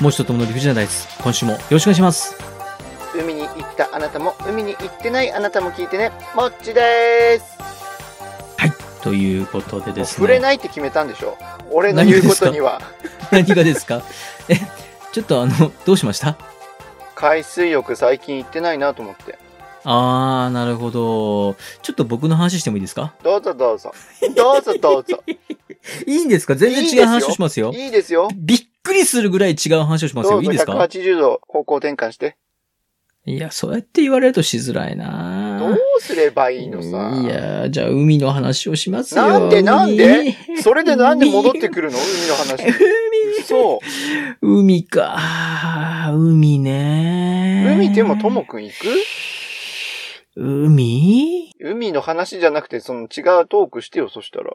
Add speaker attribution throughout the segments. Speaker 1: もう一つともの理不尽なダイス。今週もよろしくお願いします。
Speaker 2: 海に行ったあなたも海に行ってないあなたも聞いてねもっちです
Speaker 1: ということでですね。
Speaker 2: もう触れないって決めたんでしょ俺の言うことには
Speaker 1: 何がですか え、ちょっとあの、どうしました
Speaker 2: 海水浴最近行ってないなと思って
Speaker 1: あー、なるほど。ちょっと僕の話してもいいですか
Speaker 2: どうぞどうぞどうぞどうぞ
Speaker 1: いいんですか全然
Speaker 2: いいです
Speaker 1: 違う
Speaker 2: よ
Speaker 1: 話をしますよ。
Speaker 2: いいですよ
Speaker 1: びっくりするぐらい違う話をします
Speaker 2: ど
Speaker 1: よ。
Speaker 2: う
Speaker 1: い
Speaker 2: ぞ
Speaker 1: いですか
Speaker 2: 180度方向転換して
Speaker 1: いや、そうやって言われるとしづらいな
Speaker 2: どうすればいいのさ
Speaker 1: いやー、じゃあ海の話をしますよ。
Speaker 2: なんでなんで
Speaker 1: 海
Speaker 2: それでなんで戻ってくるの海の話 にそう
Speaker 1: 海か。海ね。
Speaker 2: 海でもともくん行く
Speaker 1: 海
Speaker 2: 海の話じゃなくてその違うトークしてよそしたら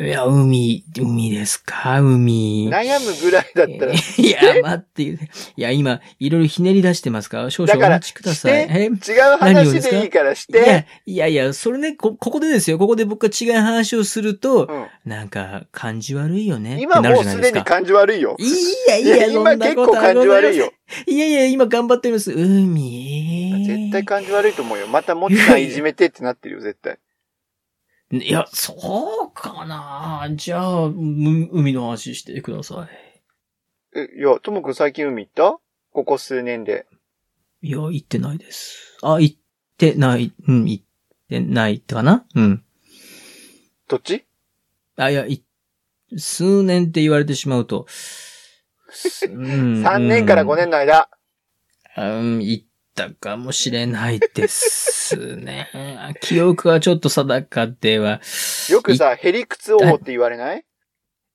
Speaker 1: いや、海、海ですか海。
Speaker 2: 悩むぐらいだったら
Speaker 1: い や、待って。いや、今、いろいろひねり出してますから、少々
Speaker 2: だ
Speaker 1: お
Speaker 2: から
Speaker 1: 待ちください。
Speaker 2: して
Speaker 1: え
Speaker 2: 違う
Speaker 1: 何をで
Speaker 2: 話
Speaker 1: すか
Speaker 2: でいいからし
Speaker 1: いや
Speaker 2: て、、
Speaker 1: いやいや、それね、こ、ここでですよ。ここで僕が違う話をすると、
Speaker 2: うん
Speaker 1: なんか、感じ悪いよね。って
Speaker 2: 今
Speaker 1: なる
Speaker 2: も
Speaker 1: じ
Speaker 2: う
Speaker 1: ゃない
Speaker 2: す
Speaker 1: で
Speaker 2: ですに
Speaker 1: か。
Speaker 2: 感じ悪いよ。
Speaker 1: いやいや、そ
Speaker 2: 今
Speaker 1: んな
Speaker 2: 結
Speaker 1: こと
Speaker 2: 構
Speaker 1: は
Speaker 2: 感
Speaker 1: ご
Speaker 2: じ
Speaker 1: ざいませ
Speaker 2: 悪い
Speaker 1: ん。
Speaker 2: よ。
Speaker 1: いやいや、今頑張っております。海。
Speaker 2: 絶対感じ悪いと思うよ。またもっちさんいじめてってなってるよ、絶対。
Speaker 1: いや、そうかなじゃあ、む海の話してくださ
Speaker 2: えいや、ともくん最近海行ったここ数年で。
Speaker 1: い。いや、行ってないです。あ、行ってない、うん、行ってないかなうん。
Speaker 2: どっち
Speaker 1: あ、いや、い、数年って言われてしまうと、すう ん
Speaker 2: ?3 年から5年の間。
Speaker 1: うん、行ったかもしれないですね。記憶はちょっと定かでは。
Speaker 2: よくさ、ヘリクツ王って言われない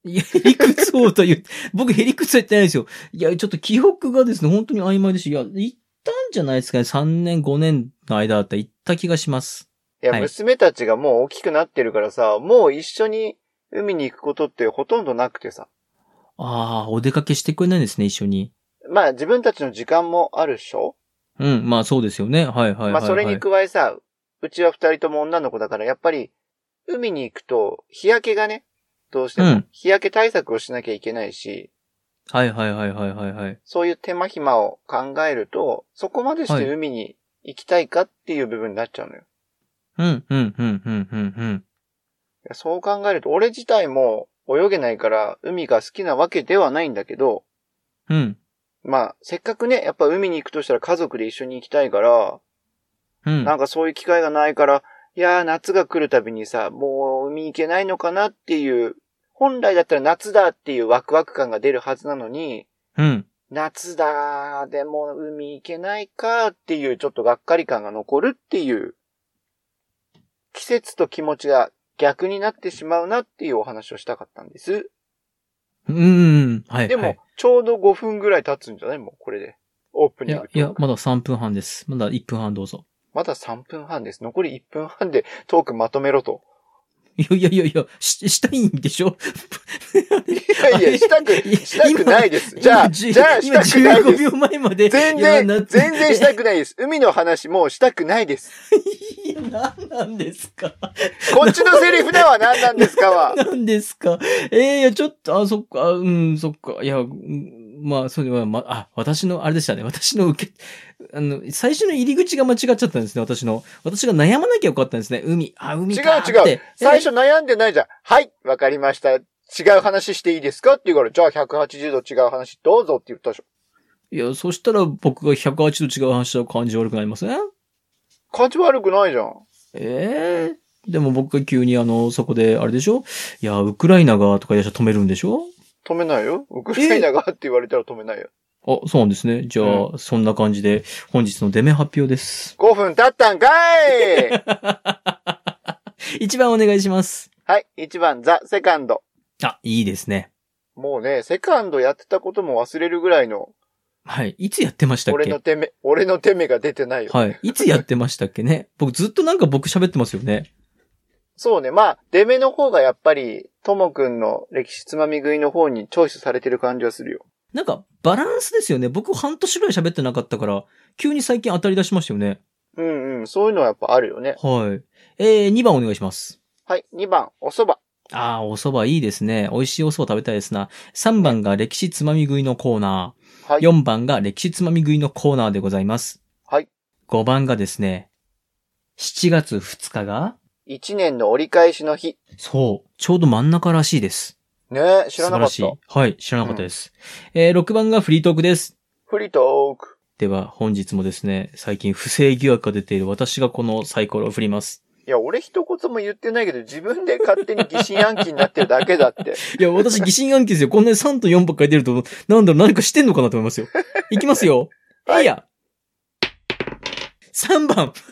Speaker 1: いや、ヘリクツ王という、僕ヘリクツは言ってないですよ。いや、ちょっと記憶がですね、本当に曖昧ですし、いや、行ったんじゃないですかね。3年、5年の間だったら行った気がします。
Speaker 2: いや、
Speaker 1: はい
Speaker 2: 娘たちがもう大きくなってるからさ、もう一緒に海に行くことってほとんどなくてさ。
Speaker 1: ああ、お出かけしてくれないんですね、一緒に。
Speaker 2: まあ自分たちの時間もあるでしょ
Speaker 1: うん、まあそうですよね。はいはいはい、はい。
Speaker 2: まあそれに加えさ、うちは二人とも女の子だから、やっぱり、海に行くと、日焼けがね、どうして
Speaker 1: う
Speaker 2: も
Speaker 1: ん、
Speaker 2: 日焼け対策をしなきゃいけないし、
Speaker 1: はいはいはいはいはいはい。
Speaker 2: そういう手間暇を考えると、そこまでして海に行きたいかっていう部分になっちゃうのよ。い
Speaker 1: うん、うん、うん、うん、うん、うん。
Speaker 2: やそう考えると、俺自体も泳げないから、海が好きなわけではないんだけど、
Speaker 1: うん、
Speaker 2: まあ、せっかくね、やっぱ海に行くとしたら家族で一緒に行きたいから、
Speaker 1: うん。
Speaker 2: なんかそういう機会がないから、いやー夏が来るたびにさ、もう海行けないのかなっていう、本来だったら夏だっていうワクワク感が出るはずなのに、
Speaker 1: うん。
Speaker 2: 夏だー、でも海行けないかっていうちょっとがっかり感が残るっていう、季節と気持ちが逆になってしまうなっていうお話をしたかったんです。
Speaker 1: うん、うん。はい。
Speaker 2: でも、
Speaker 1: はい、
Speaker 2: ちょうど5分ぐらい経つんじゃないもうこれで。オープ
Speaker 1: い
Speaker 2: ニン
Speaker 1: や
Speaker 2: グ、
Speaker 1: い
Speaker 2: トー
Speaker 1: や、
Speaker 2: ク。
Speaker 1: まだ3分半です。まだ1分半どうぞ。
Speaker 2: まだ3分半です。残り1分半でトークまとめろと。
Speaker 1: いやいやいやいや、し、したいんでしょ
Speaker 2: いやいや、したく、したくないです。じゃあ、
Speaker 1: 今
Speaker 2: じ
Speaker 1: じ
Speaker 2: ゃあ、し
Speaker 1: 今
Speaker 2: たくない
Speaker 1: 15
Speaker 2: です。
Speaker 1: 秒前まで。
Speaker 2: 全
Speaker 1: いや
Speaker 2: 然、
Speaker 1: な
Speaker 2: 全然したくないです。海の話もうしたくないです。
Speaker 1: いや、何なんですか
Speaker 2: こっちのセリフだわ、何なんです かは。
Speaker 1: 何ですかええいや、ちょっと、あ、そっか、あうん、そっか、いや、うんまあ、それは、ま、あ、私の、あれでしたね、私の受け、あの、最初の入り口が間違っちゃったんですね、私の。私が悩まなきゃよかったんですね、海、あ、海
Speaker 2: 違う
Speaker 1: かーって。
Speaker 2: 違う。最
Speaker 1: え。
Speaker 2: 初悩んでないじゃん。はい、わかりました。違う話していいですかって言うから、じゃあ180度違う話どうぞって言ったでしょ。
Speaker 1: いや、そしたら僕が108度違う話したら感じ悪くなりません
Speaker 2: 感じ悪くないじゃん。
Speaker 1: ええでも僕が急にあの、そこで、あれでしょいや、ウクライナがとか言い出したら止めるんでしょ
Speaker 2: 止めないよ。ウクライナがって言われたら止めないよ。
Speaker 1: あ、そうなんですね。じゃあ、そんな感じで、本日の出目発表です。
Speaker 2: 5分経ったんか い
Speaker 1: 一番お願いします。
Speaker 2: はい、1番、ザ・セカンド。
Speaker 1: あ、いいですね。
Speaker 2: もうね、セカンドやってたことも忘れるぐらいの
Speaker 1: はい。いつやってましたっ
Speaker 2: 俺の
Speaker 1: け
Speaker 2: 手目、俺の手目が出てないよ。
Speaker 1: はい。いつやってましたっけね 僕ずっとなんか僕喋ってますよね。
Speaker 2: そうね。まあ、出目の方がやっぱり、ともくんの歴史つまみ食いの方にチョイスされてる感じはするよ。
Speaker 1: なんか、バランスですよね。僕半年ぐらい喋ってなかったから、急に最近当たり出しましたよね。
Speaker 2: うんうん。そういうのはやっぱあるよね。
Speaker 1: はい。えー、2番お願いします。
Speaker 2: はい。2番、お蕎麦。
Speaker 1: ああ、お蕎麦いいですね。美味しいお蕎麦食べたいですな。3番が歴史つまみ食いのコーナー。
Speaker 2: はい。
Speaker 1: 4番が歴史つまみ食いのコーナーでございます。
Speaker 2: はい。
Speaker 1: 5番がですね、7月2日が、
Speaker 2: 一年の折り返しの日。
Speaker 1: そう、ちょうど真ん中らしいです。
Speaker 2: ねえ、知らなかった
Speaker 1: 素晴。らしい。はい、知らなかったです。えー、6番がフリートークです。
Speaker 2: フリートーク。
Speaker 1: では、本日もですね、最近不正疑惑が出ている私がこのサイコロを振ります。
Speaker 2: いや、俺一言も言ってないけど、自分で勝手に疑心暗鬼になってるだけだ って。
Speaker 1: いや、私疑心暗鬼ですよ。こんなに3と4ばっかり出ると、なんだろう、何かしてんのかなと思いますよ。いきますよ。
Speaker 2: はい
Speaker 1: いや。3番。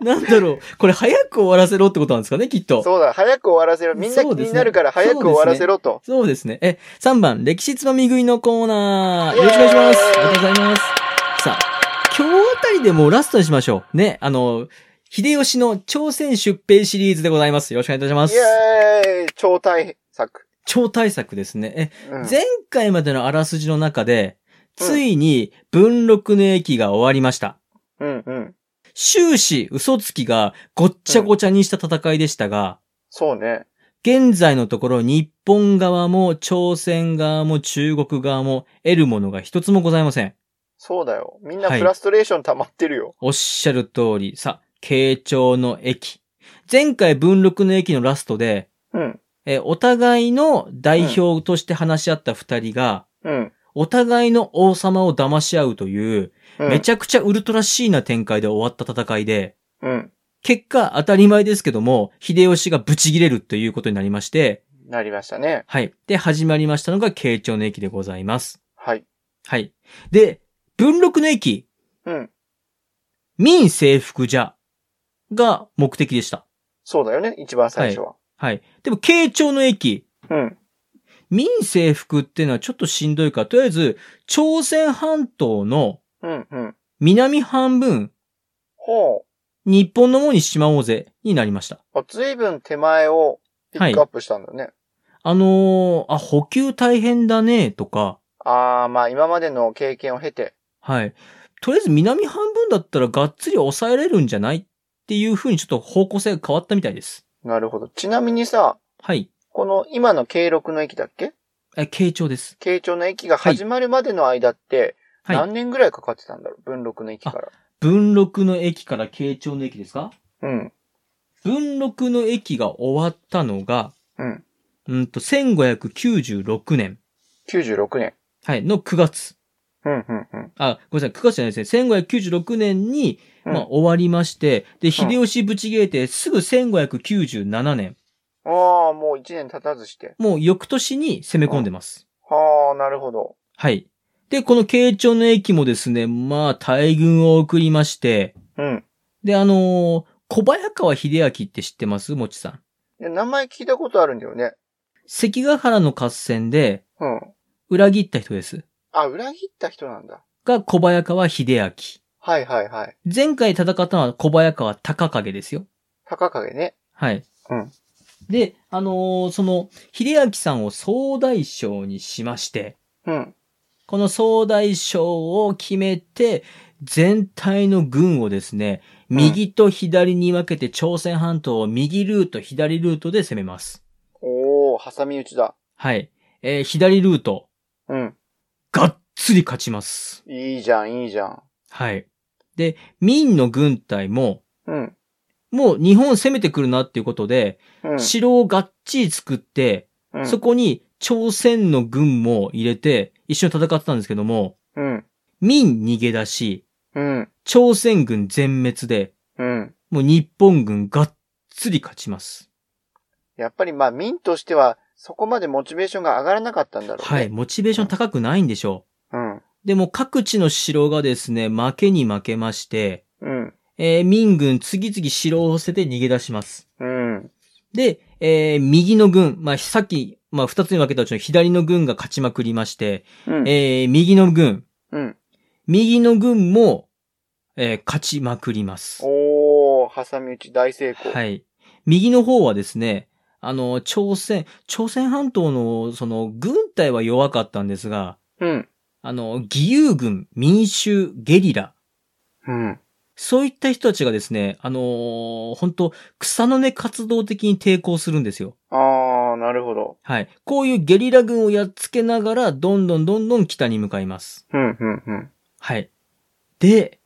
Speaker 1: なんだろう。これ早く終わらせろってことなんですかね、きっと。
Speaker 2: そうだ、早く終わらせろ。みんな気
Speaker 1: そうですね
Speaker 2: になるから早く終わらせろと。
Speaker 1: そうですね。え、3番、歴史つまみ食いのコーナー。
Speaker 2: イエ
Speaker 1: よ
Speaker 2: ーイ
Speaker 1: ろしくお願いします。ありがとうございます。さあ、今日あたりでもうラストにしましょう。ね、あの、秀吉の朝鮮出兵シリーズでございます。よろしくお願いいたします。
Speaker 2: イエーイ超大作。
Speaker 1: 超大作ですね。え、
Speaker 2: うん
Speaker 1: 前回までのあらすじの中で、
Speaker 2: うん
Speaker 1: ついに文禄の駅が終わりました。
Speaker 2: うんうん。
Speaker 1: 終始嘘つきがごっちゃごちゃにした戦いでしたが、
Speaker 2: そうね。
Speaker 1: 現在のところ日本側も朝鮮側も中国側も得るものが一つもございません。
Speaker 2: そうだよ。みんな
Speaker 1: はい
Speaker 2: フラストレーション溜まってるよ。
Speaker 1: おっしゃる通り、さ、慶長の駅。前回文禄の駅のラストで、
Speaker 2: うん。
Speaker 1: えーお互いの代表として話し合った二人が、
Speaker 2: うん。
Speaker 1: お互いの王様を騙し合うという、
Speaker 2: うん
Speaker 1: めちゃくちゃウルトラシーな展開で終わった戦いで、
Speaker 2: うん。
Speaker 1: 結果当たり前ですけども、秀吉がブチ切れるということになりまして、
Speaker 2: なりましたね。
Speaker 1: はい。で、始まりましたのが慶長の駅でございます。
Speaker 2: はい。
Speaker 1: はい。で、文禄の駅、
Speaker 2: うん。
Speaker 1: 民征服じゃ、が目的でした。
Speaker 2: そうだよね。一番最初は。
Speaker 1: はい。でも、慶長の駅、
Speaker 2: うん。
Speaker 1: 民征服っていうのはちょっとしんどいから、とりあえず、朝鮮半島の
Speaker 2: うん。うん。
Speaker 1: 南半分、
Speaker 2: ほ
Speaker 1: 日本のものにしまおうぜ、になりました。
Speaker 2: う。あ、ずいぶん手前をピックアップしたんだね。
Speaker 1: あのーあ、補給大変だね、とか、
Speaker 2: ああ、まあ今までの経験を経て。
Speaker 1: はい。とりあえず南半分だったらがっつり抑えれるんじゃないっていう風にちょっと方向性が変わったみたいです。
Speaker 2: なるほど。ちなみにさ、
Speaker 1: はい。
Speaker 2: この今の軽6の駅だっけ
Speaker 1: え、慶長です。
Speaker 2: 慶長の駅が始まるまでの間って、
Speaker 1: はい。
Speaker 2: 何年ぐらいかかってたんだろう文禄の駅から。
Speaker 1: 文禄の駅から慶長の駅ですか
Speaker 2: うん。
Speaker 1: 文禄の駅が終わったのが、
Speaker 2: うん。
Speaker 1: うんと、1596年、
Speaker 2: 96年。
Speaker 1: はい、の9月。
Speaker 2: うん、うん、うん。
Speaker 1: あ、ごめんなさい、9月じゃないですね。1596年に、
Speaker 2: うん
Speaker 1: まあ、終わりまして、で、秀吉ぶち切れて、すぐ1597年、
Speaker 2: ああ、もう1年経たずして。
Speaker 1: もう翌年に攻め込んでます。
Speaker 2: はあ、なるほど。
Speaker 1: はい。で、この慶長の駅もですね、まあ、大軍を送りまして、
Speaker 2: うん。
Speaker 1: で、あのー小早川秀明って知ってますもちさん。
Speaker 2: いや名前聞いたことあるんだよね。
Speaker 1: 関ヶ原の合戦で
Speaker 2: うん。
Speaker 1: 裏切った人です。
Speaker 2: あ、裏切った人なんだ。
Speaker 1: が小早川秀明。
Speaker 2: はいはいはい。
Speaker 1: 前回戦ったのは小早川隆景ですよ。
Speaker 2: 高影ね。
Speaker 1: はい。
Speaker 2: うん
Speaker 1: で、あのーその、秀明さんを総大将にしまして、
Speaker 2: うん。
Speaker 1: この総大将を決めて、全体の軍をですね、
Speaker 2: ん
Speaker 1: 右と左に分けて朝鮮半島を右ルート、左ルートで攻めます。
Speaker 2: おお挟み撃ちだ。
Speaker 1: はい。えー左ルート、
Speaker 2: うん。
Speaker 1: がっつり勝ちます。
Speaker 2: いいじゃん、いいじゃん。
Speaker 1: はい。で、民の軍隊も、
Speaker 2: うん。
Speaker 1: もう日本攻めてくるなっていうことで、
Speaker 2: うん。
Speaker 1: 城をがっちり作って、
Speaker 2: うん
Speaker 1: そこに朝鮮の軍も入れて、一緒に戦ってたんですけども、
Speaker 2: うん。
Speaker 1: 民逃げ出し、
Speaker 2: うん。
Speaker 1: 朝鮮軍全滅で、
Speaker 2: うん。
Speaker 1: もう日本軍がっつり勝ちます。
Speaker 2: やっぱりまあ、民としては、そこまでモチベーションが上がらなかったんだろうね。
Speaker 1: はい、。モチベーション高くないんでしょ
Speaker 2: うん。
Speaker 1: う。でも各地の城がですね、負けに負けまして、
Speaker 2: うん。
Speaker 1: えー民軍次々城を捨てて逃げ出します。
Speaker 2: うん。
Speaker 1: で、えー右の軍、まあ、さっき、まあ、二つに分けたうちの左の軍が勝ちまくりまして、
Speaker 2: うん。
Speaker 1: えー右の軍、
Speaker 2: うん。
Speaker 1: 右の軍も、えー勝ちまくります。
Speaker 2: おお挟み撃ち大成功。
Speaker 1: はい。右の方はですね、あの、朝鮮、朝鮮半島の、その、軍隊は弱かったんですが、
Speaker 2: うん。
Speaker 1: あの、義勇軍、民衆、ゲリラ、
Speaker 2: うん。
Speaker 1: そういった人たちがですね、あの本当草の根活動的に抵抗するんですよ。
Speaker 2: ああ、なるほど。
Speaker 1: はい。こういうゲリラ軍をやっつけながら、どんどんどんどん北に向かいます。
Speaker 2: うん、うん、うん
Speaker 1: はい。で、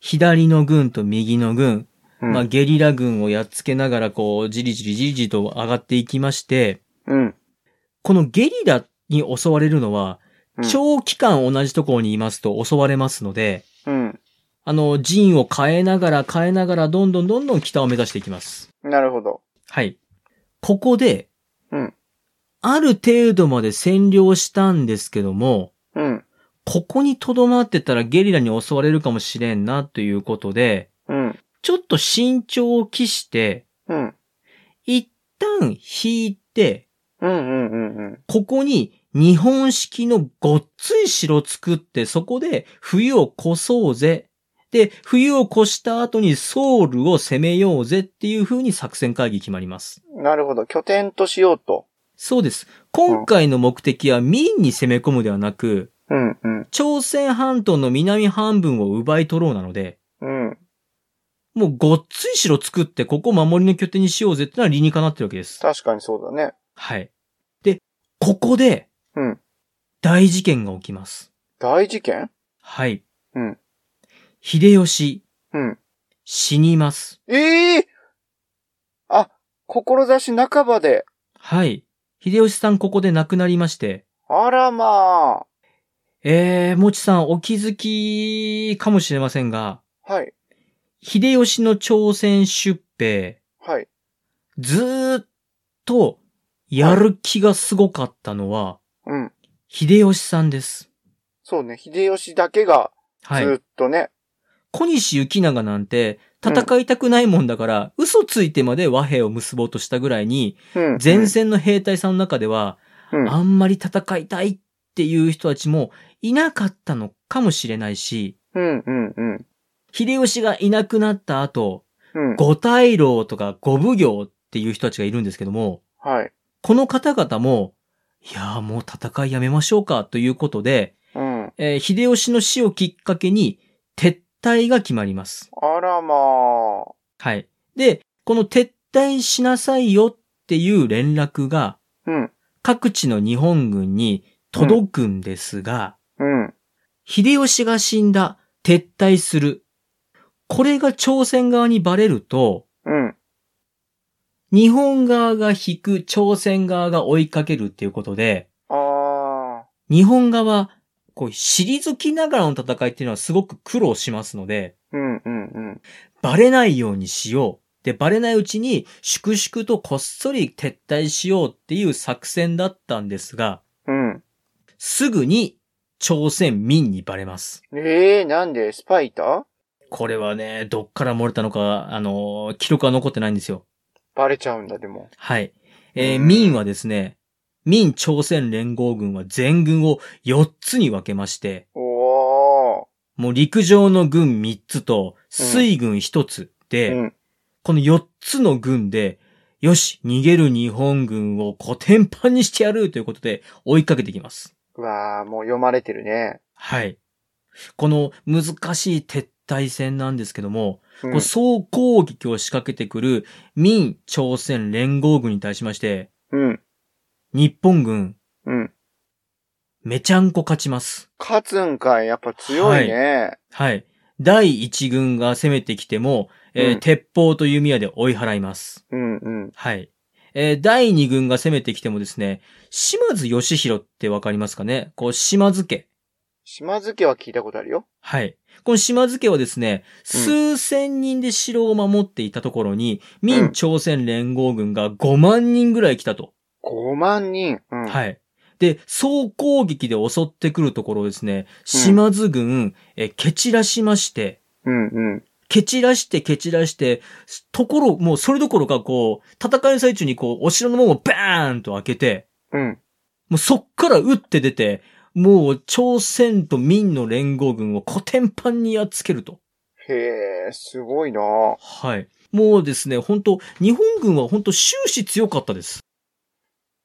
Speaker 1: 左の軍と右の軍、
Speaker 2: うん。
Speaker 1: まあ、ゲリラ軍をやっつけながら、こう、じりじりじりじりと上がっていきまして、
Speaker 2: うん。
Speaker 1: このゲリラに襲われるのは
Speaker 2: うん、
Speaker 1: 長期間同じところにいますと襲われますので、
Speaker 2: うん。
Speaker 1: あの、陣を変えながら変えながら、どんどんどんどん北を目指していきます。
Speaker 2: なるほど。
Speaker 1: はい。ここで、
Speaker 2: うん
Speaker 1: ある程度まで占領したんですけども、
Speaker 2: うん。
Speaker 1: ここに留まってたらゲリラに襲われるかもしれんなということで、
Speaker 2: うん。
Speaker 1: ちょっと慎重を期して、
Speaker 2: うん。
Speaker 1: 一旦引いて、
Speaker 2: うん、うん、うん、うん。
Speaker 1: ここに日本式のごっつい城を作って、そこで冬を越そうぜ。で、冬を越した後にソウルを攻めようぜっていう風に作戦会議決まります。
Speaker 2: なるほど。拠点としようと。
Speaker 1: そうです。今回の目的は民に攻め込むではなく、
Speaker 2: うん、うん。
Speaker 1: 朝鮮半島の南半分を奪い取ろうなので、
Speaker 2: うん。
Speaker 1: もうごっつい城作ってここを守りの拠点にしようぜってのは理にかなってるわけです。
Speaker 2: 確かにそうだね。
Speaker 1: はい。で、ここで
Speaker 2: うん。
Speaker 1: 大事件が起きます。
Speaker 2: 大事件
Speaker 1: はい。
Speaker 2: うん。
Speaker 1: 秀吉、
Speaker 2: うん。
Speaker 1: 死にます。
Speaker 2: ええあ、志半ばで。
Speaker 1: はい。秀吉さんここで亡くなりまして、
Speaker 2: あらまあ。
Speaker 1: えー、もちさんお気づきかもしれませんが、
Speaker 2: はい。
Speaker 1: 秀吉の朝鮮出兵、
Speaker 2: はい。
Speaker 1: ずーっとやる気がすごかったのは、
Speaker 2: うん。
Speaker 1: 秀吉さんです。
Speaker 2: そうね。秀吉だけが、
Speaker 1: はい。
Speaker 2: ずっとね。
Speaker 1: 小西行長なんて、戦いたくないもんだから、嘘ついてまで和平を結ぼうとしたぐらいに、
Speaker 2: うん。
Speaker 1: 前線の兵隊さんの中では、
Speaker 2: うん。
Speaker 1: あんまり戦いたいっていう人たちもいなかったのかもしれないし、
Speaker 2: うん、うん、うん。
Speaker 1: 秀吉がいなくなった後、
Speaker 2: うん。
Speaker 1: 五大老とか五奉行っていう人たちがいるんですけども、
Speaker 2: はい。
Speaker 1: この方々も、いやーもう戦いやめましょうかということで、
Speaker 2: うん。
Speaker 1: えー秀吉の死をきっかけに撤退が決まります。
Speaker 2: あらまあ。
Speaker 1: はい。で、この撤退しなさいよっていう連絡が
Speaker 2: うん。
Speaker 1: 各地の日本軍に届くんですが、
Speaker 2: うん。
Speaker 1: 秀吉が死んだ、撤退する。これが朝鮮側にバレると、
Speaker 2: うん。
Speaker 1: 日本側が引く、朝鮮側が追いかけるっていうことで、
Speaker 2: あ
Speaker 1: 日本側、こう、退きながらの戦いっていうのはすごく苦労しますので、
Speaker 2: ー。うん、うん、うん。
Speaker 1: バレないようにしよう。で、バレないうちに、粛々とこっそり撤退しようっていう作戦だったんですが、
Speaker 2: うん。
Speaker 1: すぐに朝鮮民にバレます。
Speaker 2: ええー、なんでスパイいた
Speaker 1: これはね、どっから漏れたのか、あのー、記録は残ってないんですよ。
Speaker 2: バレちゃうんだ、でも。
Speaker 1: はい。えー
Speaker 2: うん
Speaker 1: 民はですね、民朝鮮連合軍は全軍を4つに分けまして、
Speaker 2: おー。
Speaker 1: もう陸上の軍3つと水軍1つで、
Speaker 2: うん。
Speaker 1: この4つの軍で、よし、逃げる日本軍をコテンパンにしてやるということで追いかけてきます。
Speaker 2: うわー、もう読まれてるね。
Speaker 1: はい。この難しい撤退戦なんですけども、
Speaker 2: うん
Speaker 1: こう総攻撃を仕掛けてくる民朝鮮連合軍に対しまして、
Speaker 2: うん。
Speaker 1: 日本軍、
Speaker 2: うん。
Speaker 1: めちゃんこ勝ちます。
Speaker 2: 勝つんかい、やっぱ強いね。
Speaker 1: はい。第一軍が攻めてきても、えー
Speaker 2: うん
Speaker 1: 鉄砲と弓矢で追い払います。
Speaker 2: うん、うん。
Speaker 1: はい。えー第二軍が攻めてきてもですね、島津義弘ってわかりますかねこう、島津家。
Speaker 2: 島津家は聞いたことあるよ。
Speaker 1: はい。この島津家はですね、
Speaker 2: うん
Speaker 1: 数千人で城を守っていたところに、
Speaker 2: う
Speaker 1: 民
Speaker 2: ん
Speaker 1: 朝鮮連合軍が5万人ぐらい来たと。
Speaker 2: 5万人。うん。い。
Speaker 1: はい。で、総攻撃で襲ってくるところをですね、島津軍、えー蹴散らしまして、
Speaker 2: うん、うん。
Speaker 1: 蹴散らして蹴散らして、ところ、もうそれどころかこう、戦いの最中にこう、お城の門をバーンと開けて、
Speaker 2: うん。
Speaker 1: もうそっから撃って出て、もう朝鮮と民の連合軍をコテンパンにやっつけると。
Speaker 2: へー、すごいなぁ。
Speaker 1: はい。もうですね、本当日本軍は本当終始強かったです。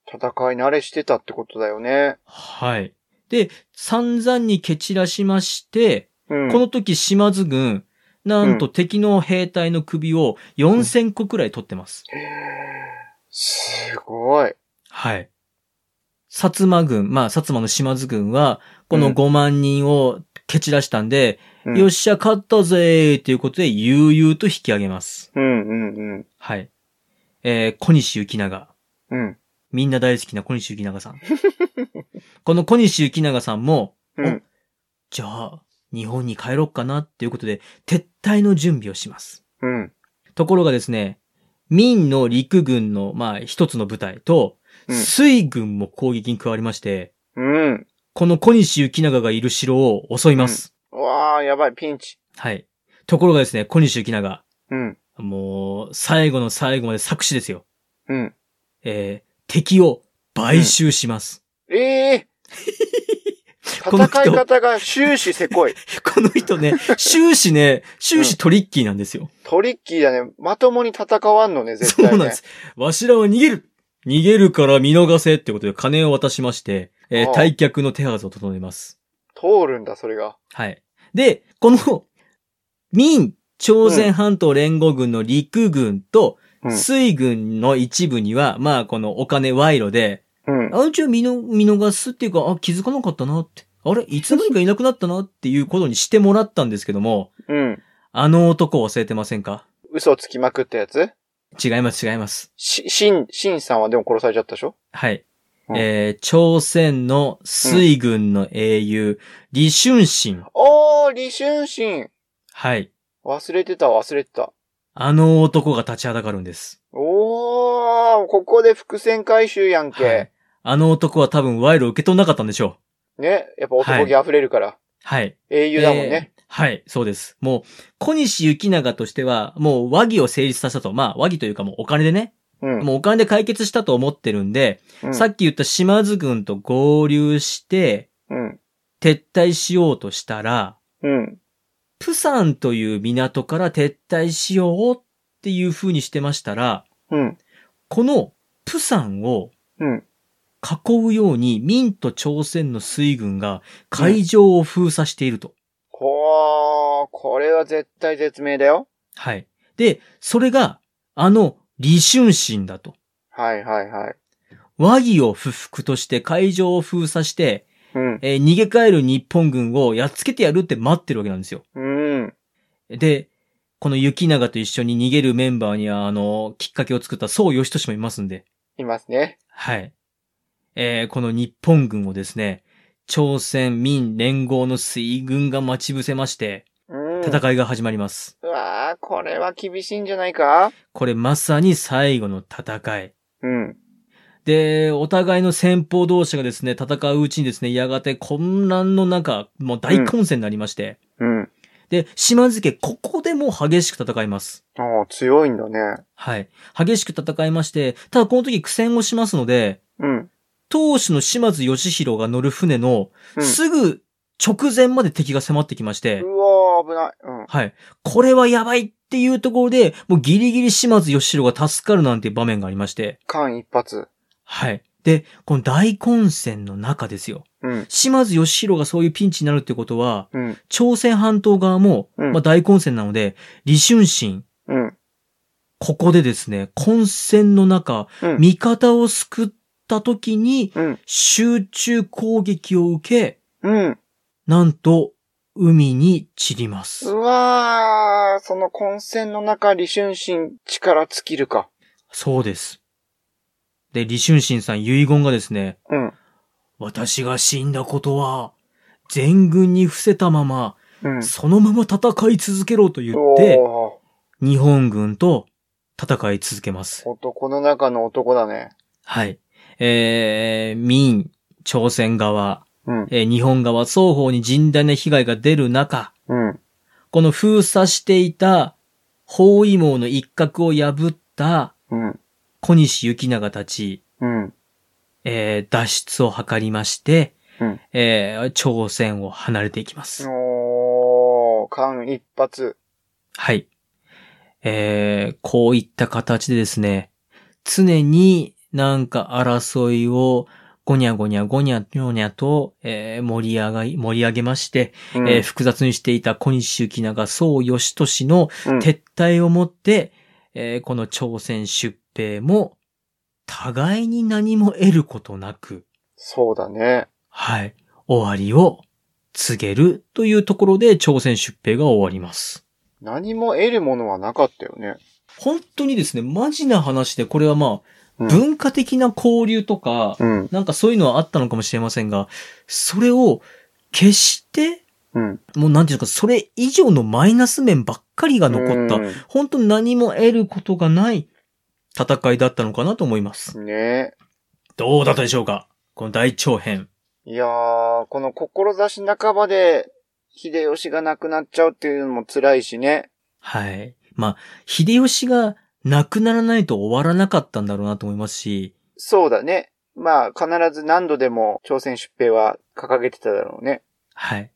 Speaker 2: 戦い慣れしてたってことだよね。
Speaker 1: はい。で、散々に蹴散らしまして、
Speaker 2: うん。
Speaker 1: この時島津軍、なんと敵の兵隊の首を4000個くらい取ってます。
Speaker 2: すごい。
Speaker 1: はい。薩摩軍、まあ、薩摩の島津軍は、こ
Speaker 2: う
Speaker 1: の
Speaker 2: ん
Speaker 1: 5万人を蹴散らしたんで、
Speaker 2: うん
Speaker 1: よっしゃ、勝ったぜーということで、悠々と引き上げます。
Speaker 2: うんうんうん。
Speaker 1: はい。えー、小西行長。
Speaker 2: うん。
Speaker 1: みんな大好きな小西行長さ ん。この小西行長さんも、
Speaker 2: うん。
Speaker 1: じゃあ、日本に帰ろっかなっていうことで、撤退の準備をします。
Speaker 2: うん。
Speaker 1: ところがですね、民の陸軍の、まあ、一つの部隊と、
Speaker 2: うん
Speaker 1: 水軍も攻撃に加わりまして、
Speaker 2: うん。
Speaker 1: この小西行長がいる城を襲います。
Speaker 2: うわあ、やばい、ピンチ。
Speaker 1: はい。ところがですね、小西行長、
Speaker 2: うん。
Speaker 1: もう、最後の最後まで作詞ですよ。
Speaker 2: うん。
Speaker 1: えー、敵を買収します。
Speaker 2: ええ
Speaker 1: この人
Speaker 2: 戦い方が終始せこい。
Speaker 1: この人 ね、終始ね、終始トリッキーなんですよ。
Speaker 2: トリッキーだね。まともに戦わんのね、絶
Speaker 1: そう
Speaker 2: 対、ね。
Speaker 1: なんです。わしらは逃げる逃げるから見逃せってことで金を渡しまして、えー
Speaker 2: ああ
Speaker 1: 退却の手はずを整えます。
Speaker 2: 通るんだ、それが。
Speaker 1: はい。で、この、民、朝鮮半島連合軍の陸軍と
Speaker 2: う、ん
Speaker 1: 水軍の一部には、まあ、このお金賄賂で、
Speaker 2: うん。
Speaker 1: あ、うちは見の見逃すっていうか、あ、気づかなかったなって。あれいつの間にかいなくなったなっていうことにしてもらったんですけども、
Speaker 2: うん。
Speaker 1: あの男を忘れてませんか
Speaker 2: 嘘つきまくったやつ
Speaker 1: 違います、違います。
Speaker 2: し、しん、しんさんはでも殺されちゃったでしょ
Speaker 1: はい。
Speaker 2: うん
Speaker 1: えー、朝鮮の水軍の英雄、李春心。
Speaker 2: おー、李春心
Speaker 1: はい。
Speaker 2: 忘れてた、忘れてた。
Speaker 1: あの男が立ちはだかるんです。
Speaker 2: おー、ここで伏線回収やんけ。
Speaker 1: はい。あの男は多分賄賂を受け取んなかったんでしょう。
Speaker 2: ね、やっぱ男気溢れるから。
Speaker 1: はい。
Speaker 2: 英雄だもんね。
Speaker 1: えーはい、そうです。もう、小西行長としては、もう和議を成立させたと。まあ、和議というかもうお金でね。
Speaker 2: うん。
Speaker 1: もうお金で解決したと思ってるんで、
Speaker 2: うん
Speaker 1: さっき言った島津軍と合流して、
Speaker 2: うん。
Speaker 1: 撤退しようとしたら、
Speaker 2: うん。
Speaker 1: プサンという港から撤退しようっていう風にしてましたら、
Speaker 2: うん。
Speaker 1: このプサンを
Speaker 2: うん。
Speaker 1: 囲うように民と朝鮮の水軍が海上を封鎖していると。
Speaker 2: こー、これは絶対絶命だよ。
Speaker 1: はい。で、それがあの李春心だと。
Speaker 2: はいはいはい。
Speaker 1: 和議を不服として海上を封鎖して、
Speaker 2: うん。
Speaker 1: えー逃げ帰る日本軍をやっつけてやるって待ってるわけなんですよ。
Speaker 2: うん。
Speaker 1: で、この雪長と一緒に逃げるメンバーには、あの、きっかけを作った宋義俊もいますんで。
Speaker 2: いますね。
Speaker 1: はい。えーこの日本軍をですね、朝鮮民連合の水軍が待ち伏せまして、
Speaker 2: うん。
Speaker 1: 戦いが始まります。
Speaker 2: うわー、これは厳しいんじゃないか
Speaker 1: これまさに最後の戦い。
Speaker 2: うん。
Speaker 1: で、お互いの先方同士がですね、戦ううちにですね、やがて混乱の中、もう大混戦になりまして、
Speaker 2: うん。
Speaker 1: で、島津家、ここでもう激しく戦います。
Speaker 2: ああ、強いんだね。
Speaker 1: はい。激しく戦いまして、ただこの時苦戦をしますので、
Speaker 2: うん。
Speaker 1: 当主の島津義弘が乗る船の
Speaker 2: うん
Speaker 1: すぐ直前まで敵が迫ってきまして、
Speaker 2: うわー、危ない。うん。
Speaker 1: はい。これはやばいっていうところで、もうギリギリ島津義弘が助かるなんていう場面がありまして、
Speaker 2: 間一発。
Speaker 1: はい。で、この大混戦の中ですよ。
Speaker 2: うん。
Speaker 1: 島津義弘がそういうピンチになるってことは、
Speaker 2: うん。
Speaker 1: 朝鮮半島側も、
Speaker 2: うん
Speaker 1: まあ大混戦なので、李春心、
Speaker 2: うん。
Speaker 1: ここでですね、混戦の中、
Speaker 2: うん。
Speaker 1: 味方を救った時に、
Speaker 2: うん。
Speaker 1: 集中攻撃を受け、
Speaker 2: うん。
Speaker 1: なんと、海に散りま
Speaker 2: う
Speaker 1: す。
Speaker 2: わー、その混戦の中、李春心力尽きるか。
Speaker 1: そうです。で、李春心さん遺言がですね、
Speaker 2: うん。
Speaker 1: 私が死んだことは、全軍に伏せたまま、
Speaker 2: うん。
Speaker 1: そのまま戦い続けろと言
Speaker 2: お
Speaker 1: って、
Speaker 2: ー
Speaker 1: 日本軍と戦い続けます。
Speaker 2: 男の中の男だね。
Speaker 1: はい。えー、民、朝鮮側、
Speaker 2: うん。
Speaker 1: えー日本側双方に甚大な被害が出る中、
Speaker 2: うん。
Speaker 1: この封鎖していた包囲網の一角を破った
Speaker 2: うん。
Speaker 1: 小西行長たち、
Speaker 2: うん。
Speaker 1: えー脱出を図りまして、
Speaker 2: うん
Speaker 1: えー朝鮮を離れていきます。
Speaker 2: おー、間一発。
Speaker 1: はい。えーこういった形でですね、常になんか争いをごにゃごにゃごにゃにょにゃと、えー盛り上がい、盛り上げまして、
Speaker 2: うん
Speaker 1: えー複雑にしていた小西行長、宋義俊の
Speaker 2: うん
Speaker 1: 撤退をもって、えーこの朝鮮出兵も、互いに何も得ることなく、
Speaker 2: そうだね。
Speaker 1: はい、終わりを告げるというところで朝鮮出兵が終わります。
Speaker 2: 何も得るものはなかったよね。
Speaker 1: 本当にですね、マジな話で、これはま
Speaker 2: う
Speaker 1: あ、
Speaker 2: ん
Speaker 1: 文化的な交流とか、
Speaker 2: うん。
Speaker 1: なんかそういうのはあったのかもしれませんが、それを決して、
Speaker 2: うん。
Speaker 1: もうなんていうか、それ以上のマイナス面ばっかりが残った
Speaker 2: う
Speaker 1: 本当に何も得ることがない戦いだったのかなと思います。
Speaker 2: んね
Speaker 1: どうだったでしょうかこの大長編。
Speaker 2: いやー、この志半ばで、秀吉が亡くなっちゃうっていうのも辛いしね。
Speaker 1: はい。まあ、秀吉が亡くならないと終わらなかったんだろうなと思いますし、
Speaker 2: そうだね。まあ、必ず何度でも朝鮮出兵は掲げてただろうね。
Speaker 1: はい。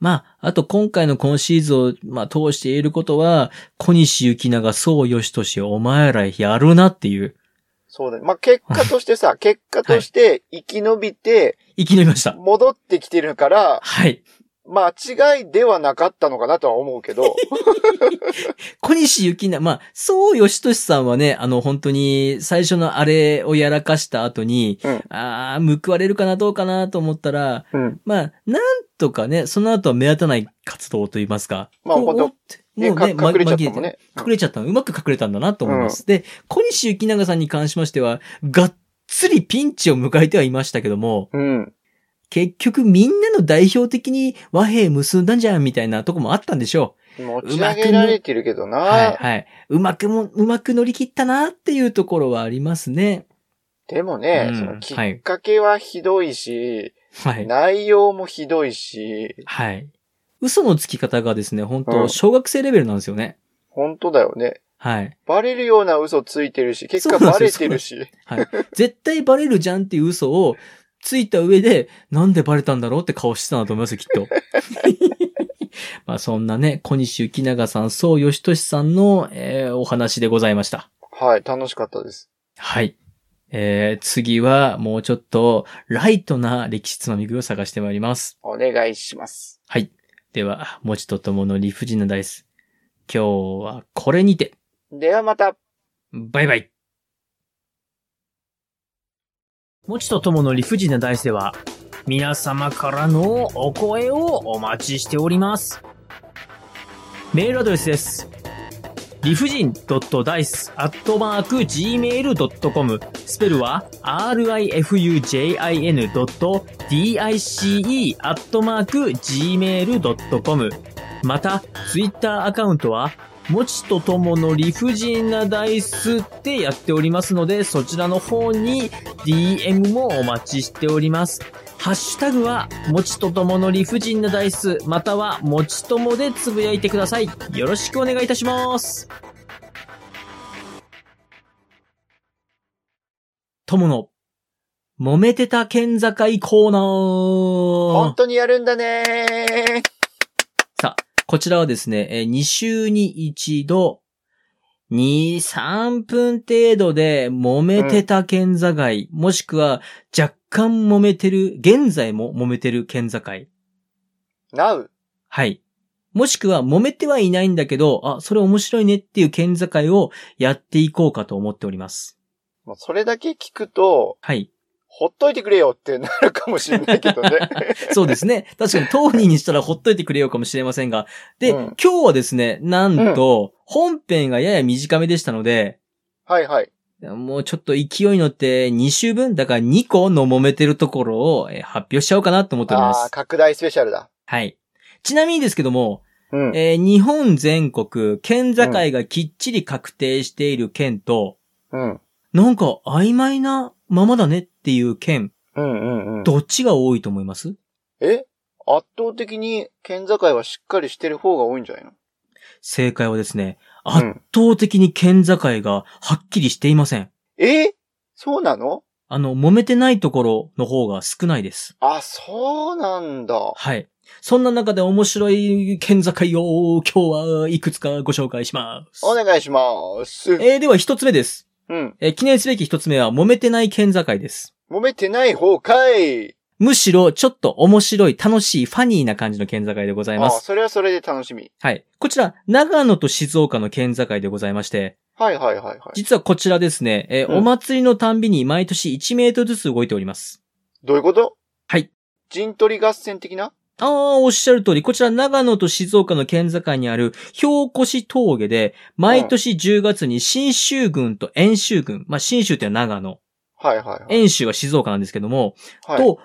Speaker 1: まあ、あと今回の今シーズンを、まあ、通して言えることは、小西行長、宋義俊、お前らやるなっていう、
Speaker 2: そうだね。まあ、結果とし てさ、結果として生き延びて、
Speaker 1: 生き延びました。
Speaker 2: 戻ってきてるから、
Speaker 1: はい。
Speaker 2: まあ、違いではなかったのかなとは思う けど、
Speaker 1: 小西行長、まあ、宋義俊さんはね、あの、本当に、最初のあれをやらかした後に、
Speaker 2: うん
Speaker 1: ああ、報われるかな、どうかなと思ったら、
Speaker 2: うん。
Speaker 1: まあ、なんとかね、その後は目立たない活動といいますか。
Speaker 2: まあ
Speaker 1: こう
Speaker 2: ほんと
Speaker 1: もう
Speaker 2: ね、か
Speaker 1: ま
Speaker 2: 隠れちゃったもん
Speaker 1: 紛れて
Speaker 2: ね。
Speaker 1: 隠れちゃったの、うまく隠れたんだなと思います。で、小西行長さんに関しましては、がっつりピンチを迎えてはいましたけども、
Speaker 2: うん。
Speaker 1: 結局みんなの代表的に和平結んだんじゃんみたいなとこもあったんでしょう。
Speaker 2: 持ち上げられてるけどな。
Speaker 1: はいはい。うまくも、うまく乗り切ったなっていうところはありますね。
Speaker 2: でもね、
Speaker 1: うん
Speaker 2: そのきっかけはひどいし、
Speaker 1: はい。
Speaker 2: 内容もひどいし、
Speaker 1: はい。嘘のつき方がですね、本
Speaker 2: う
Speaker 1: 当
Speaker 2: ん
Speaker 1: 小学生レベルなんですよね。
Speaker 2: 本当だよね。
Speaker 1: はい。
Speaker 2: バレるような嘘ついてるし、結果
Speaker 1: そうなん
Speaker 2: バ
Speaker 1: で
Speaker 2: レ
Speaker 1: すよ
Speaker 2: てるし。
Speaker 1: はい。絶対バレるじゃんっていう嘘をついた上で、なんでバレたんだろうって顔してたんだと思いますよ、きっ と。まあそんなね、小西幸長さん、宋義俊さんの、えーお話でございました。
Speaker 2: はい、楽しかったです。
Speaker 1: はい。えー、次はもうちょっとライトな歴史つまみ食いを探してまいります。
Speaker 2: お願いします。
Speaker 1: はい。では、もちとともの理不尽なダイス。今日はこれにて、
Speaker 2: ではまた。
Speaker 1: バイバイもちとともの理不尽なダイスでは、皆様からのお声をお待ちしております。メールアドレスです。理不尽 .dice.gmail.com スペルは rifujin.dice.gmail.com また、ツイッターアカウントはもちとともの理不尽なダイスってやっておりますので、そちらの方に DM もお待ちしております。ハッシュタグは、もちとともの理不尽なダイス、または、もちともでつぶやいてください。よろしくお願いいたします。ともの、揉めてた県境コーナー
Speaker 2: 本当にやるんだね
Speaker 1: こちらはですね、えー2週に一度、2、3分程度で揉めてた県境、もしくは若干揉めてる、現在も揉めてる県境。
Speaker 2: ー。なう。
Speaker 1: はい。もしくは揉めてはいないんだけど、あ、それ面白いねっていう県境をやっていこうかと思っております。
Speaker 2: もうそれだけ聞くと、
Speaker 1: はい。
Speaker 2: ほっといてくれよってなるかもしれないけ どね。
Speaker 1: そうです ね。確かに当人にしたらほっといてくれようかもしれませんが。で、
Speaker 2: うん
Speaker 1: 今日はですね、なんと、本編がやや短めでしたので、
Speaker 2: はいはい。
Speaker 1: もうちょっと勢いに乗って2週分、だから2個の揉めてるところをえー発表しちゃおうかなと思っておりま
Speaker 2: ああー、
Speaker 1: す。
Speaker 2: 拡大スペシャルだ。
Speaker 1: はい。ちなみにですけども、
Speaker 2: うん。
Speaker 1: えー日本全国、県境がきっちり確定している県と、
Speaker 2: うん。
Speaker 1: なんか曖昧なままだねっていう県、
Speaker 2: うんうんうん。
Speaker 1: どっちが多いと思います
Speaker 2: え圧倒的に県境はしっかりしてる方が多いんじゃないの
Speaker 1: 正解はですね、
Speaker 2: う
Speaker 1: 圧
Speaker 2: ん。
Speaker 1: 倒的に県境がはっきりしていません。
Speaker 2: えそうなの
Speaker 1: あの、揉めてないところの方が少ないです。
Speaker 2: あ、そうなんだ。
Speaker 1: はい。そんな中で面白い県境を今日はいくつかご紹介します。
Speaker 2: お願いします。
Speaker 1: えーでは一つ目です。
Speaker 2: うん。
Speaker 1: えー記念すべき一つ目は、揉めてない県境です。
Speaker 2: 揉めてない方かい。
Speaker 1: むしろ、ちょっと面白い、楽しい、ファニーな感じの県境でござい
Speaker 2: あ
Speaker 1: ま
Speaker 2: あ、
Speaker 1: す。
Speaker 2: それはそれで楽しみ。
Speaker 1: はい。こちら、長野と静岡の県境でございまして、
Speaker 2: はいはいはいはい。
Speaker 1: 実はこちらですね、えー
Speaker 2: うん
Speaker 1: お祭りのたんびに毎年1メートルずつ動いております。
Speaker 2: どういうこと
Speaker 1: はい。
Speaker 2: 陣取り合戦的な
Speaker 1: ああ、おっしゃる通り、こちら長野と静岡の県境にある氷越峠で、毎年10月に新州郡と遠州郡、まあ新州ってのは長野、
Speaker 2: はいはいはい。
Speaker 1: 遠州は静岡なんですけども、
Speaker 2: はい。
Speaker 1: と、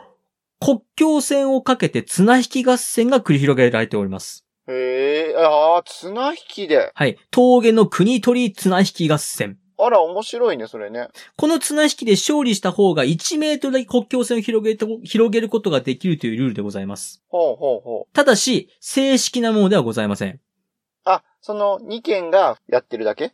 Speaker 1: 国境線をかけて綱引き合戦が繰り広げられております。
Speaker 2: へえ、ああ、綱引きで。
Speaker 1: はい。峠の国取り綱引き合戦。
Speaker 2: あら、面白いね、それね。
Speaker 1: この綱引きで勝利した方が1メートルだけ国境線を広げて、広げることができるというルールでございます。
Speaker 2: ほうほうほう。
Speaker 1: ただし、正式なものではございません。
Speaker 2: あ、その2件がやってるだけ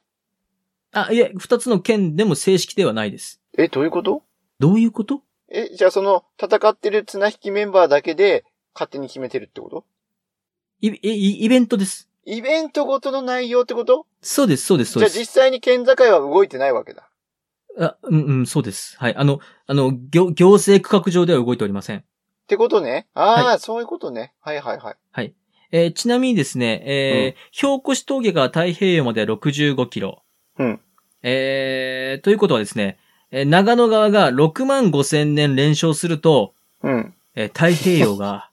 Speaker 1: あ、いえ、二つの県でも正式ではないです。
Speaker 2: え、どういうこと
Speaker 1: どういうこと
Speaker 2: え、じゃあその戦ってる綱引きメンバーだけで勝手に決めてるってこと
Speaker 1: い、い、いイベントです。
Speaker 2: イベントごとの内容ってこと
Speaker 1: そうです、そうです、そう
Speaker 2: じゃ
Speaker 1: で
Speaker 2: あ
Speaker 1: す。
Speaker 2: 実際に県境は動いてないわけだ。
Speaker 1: あ、うん、うん、そうです。はい。あの、あの、行、行政区画上では動いておりません。
Speaker 2: ってことね。ああ、そういうことね。はいはいはい。
Speaker 1: えーちなみにですね、えー標越峠が太平洋まで65キロ。
Speaker 2: うん
Speaker 1: えーということはですね、えー長野側が6万5千年連勝すると、
Speaker 2: うん。
Speaker 1: えー太平洋 が、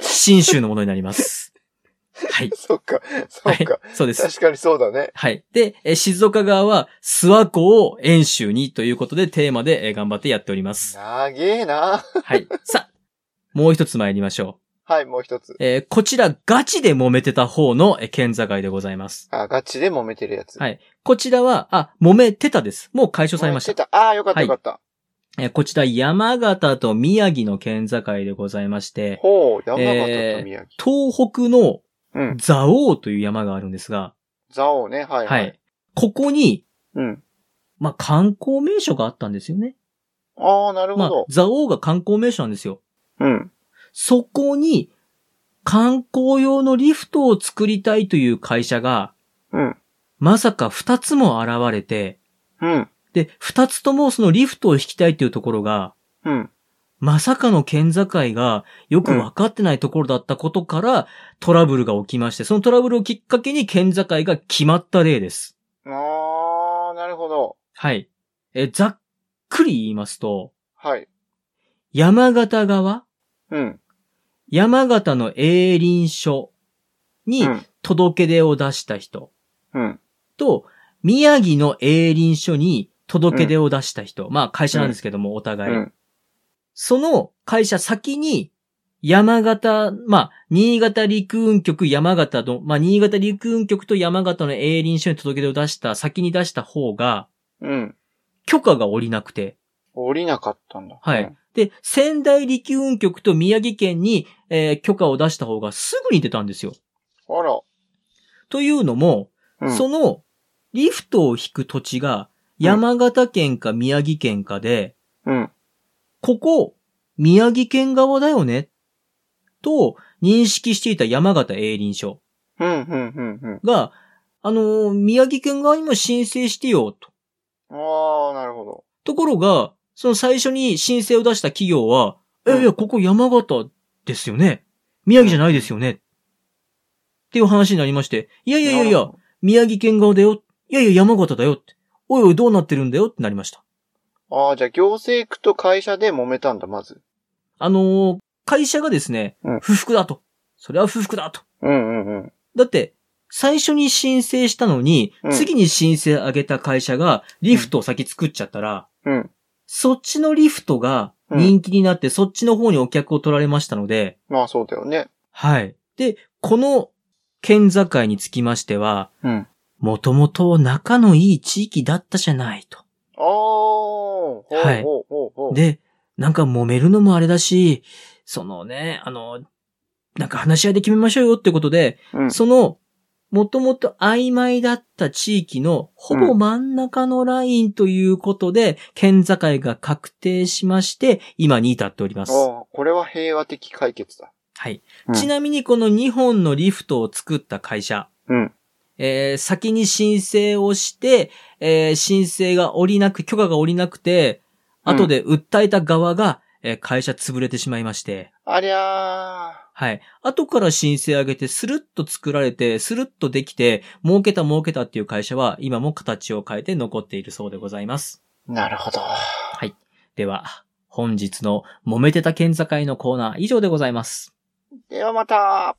Speaker 1: 新州のものになります。はい。
Speaker 2: そっか、そ
Speaker 1: は
Speaker 2: っ
Speaker 1: い
Speaker 2: か。。
Speaker 1: そうです。
Speaker 2: 確かにそうだね。
Speaker 1: はい。で、えー静岡側は、諏訪湖を遠州にということでテーマでえー頑張ってやっており ます。
Speaker 2: なげえな。
Speaker 1: はい。さあ、もう一つ参りましょ
Speaker 2: はい、もう一つ
Speaker 1: う。。えーこちらガチで揉めてた方のえー県境でございます。
Speaker 2: あ、ガチで揉めてるやつ。
Speaker 1: はいこちらは、あ、揉めてたです。もう解消されました。
Speaker 2: た。ああ、よかった
Speaker 1: はい
Speaker 2: よかった。
Speaker 1: えーこちら山形と宮城の県境でございまして、
Speaker 2: ほう、山形
Speaker 1: え
Speaker 2: と
Speaker 1: ー
Speaker 2: 宮
Speaker 1: 東北の
Speaker 2: 城。うん。
Speaker 1: 蔵王という山があるんですが、
Speaker 2: 蔵王ね、はいは
Speaker 1: はいい。。ここに、
Speaker 2: うん。
Speaker 1: まあ、観光名所があったんですよね。
Speaker 2: ああ、なる
Speaker 1: ま
Speaker 2: ほ
Speaker 1: あ
Speaker 2: ど、。
Speaker 1: 蔵王が観光名所なんですよ。
Speaker 2: うん。
Speaker 1: そこに観光用のリフトを作りたいという会社が、
Speaker 2: うん。
Speaker 1: まさか二つも現れて、
Speaker 2: うん。
Speaker 1: で、二つともそのリフトを引きたいというところが、
Speaker 2: うん。
Speaker 1: まさかの県境がよくわかってないところだったことからトラブルが起きまして、そのトラブルをきっかけに県境が決まった例です。
Speaker 2: ああ、なるほど。
Speaker 1: はい。え、ざっくり言いますと、
Speaker 2: はい。
Speaker 1: 山形側、
Speaker 2: うん。
Speaker 1: 山形の営林署に
Speaker 2: うん
Speaker 1: 届け出を出した人、
Speaker 2: うん。
Speaker 1: と、宮城の営林署に届け出を出した人、まあ会社なんですけども、お
Speaker 2: う
Speaker 1: 互い、
Speaker 2: ん。
Speaker 1: その会社先に、山形、まあ、新潟陸運局山形の、まあ、新潟陸運局と山形の営林署に届け出を出した、先に出した方が、
Speaker 2: うん。
Speaker 1: 許可が下りなくて、
Speaker 2: 降りなかったんだ。
Speaker 1: はい。で、仙台陸運局と宮城県に、えー許可を出した方がすぐに出たんですよ。
Speaker 2: うん。あら。
Speaker 1: というのも、
Speaker 2: うん。
Speaker 1: その、リフトを引く土地が、山形県か宮城県かで、
Speaker 2: うん。
Speaker 1: ここ、宮城県側だよね、と認識していた山形営林署
Speaker 2: うん。うん。うん。うん。
Speaker 1: が、あのー宮城県側にも申請してよ、と。
Speaker 2: ああ、なるほど。
Speaker 1: ところが、その最初に申請を出した企業は、
Speaker 2: うん
Speaker 1: え、いや、ここ山形ですよね。宮城じゃないですよね。っていう話になりまして、いやいやいやい
Speaker 2: なる
Speaker 1: や
Speaker 2: ほ、ど。
Speaker 1: 宮城県側だよ。いやいや、山形だよって。おいおい、どうなってるんだよってなりました。
Speaker 2: ああ、じゃあ行政区と会社で揉めたんだ、まず。
Speaker 1: あのー会社がですね
Speaker 2: うん、
Speaker 1: 不服だと。それは不服だと。
Speaker 2: うんうんうん。
Speaker 1: だって、最初に申請したのに、
Speaker 2: うん
Speaker 1: 次に申請上げた会社がリフトを先作っちゃったら、
Speaker 2: うん。
Speaker 1: そっちのリフトが人気になって、そっちの方にお客を取られましたので、
Speaker 2: まあそうだよね。
Speaker 1: はい。で、この県境につきましては、
Speaker 2: うん。
Speaker 1: もともと仲のいい地域だったじゃないと。
Speaker 2: ああ、ほう
Speaker 1: はい
Speaker 2: ほうほうほう。、
Speaker 1: で、なんか揉めるのもあれだし、そのね、あの、なんか話し合いで決めましょうよってことで、
Speaker 2: うん。
Speaker 1: その、もともと曖昧だった地域のほぼ真ん中のラインということで、県境が確定しまして、今に至っております。
Speaker 2: ああ、これは平和的解決だ。
Speaker 1: はい。
Speaker 2: うん
Speaker 1: ちなみにこの2本のリフトを作った会社、
Speaker 2: うん。
Speaker 1: えー先に申請をして、えー申請が降りなく、許可が降りなくて、後で訴えた側が、えー会社潰れてしまいまして、
Speaker 2: ありゃ
Speaker 1: はい。後から申請上げて、スルッと作られて、スルッとできて、儲けた儲けたっていう会社は、今も形を変えて残っているそうでございます。
Speaker 2: ー。なるほど。
Speaker 1: では、本日の揉めてた県境のコーナー以上でございます。
Speaker 2: ではまた。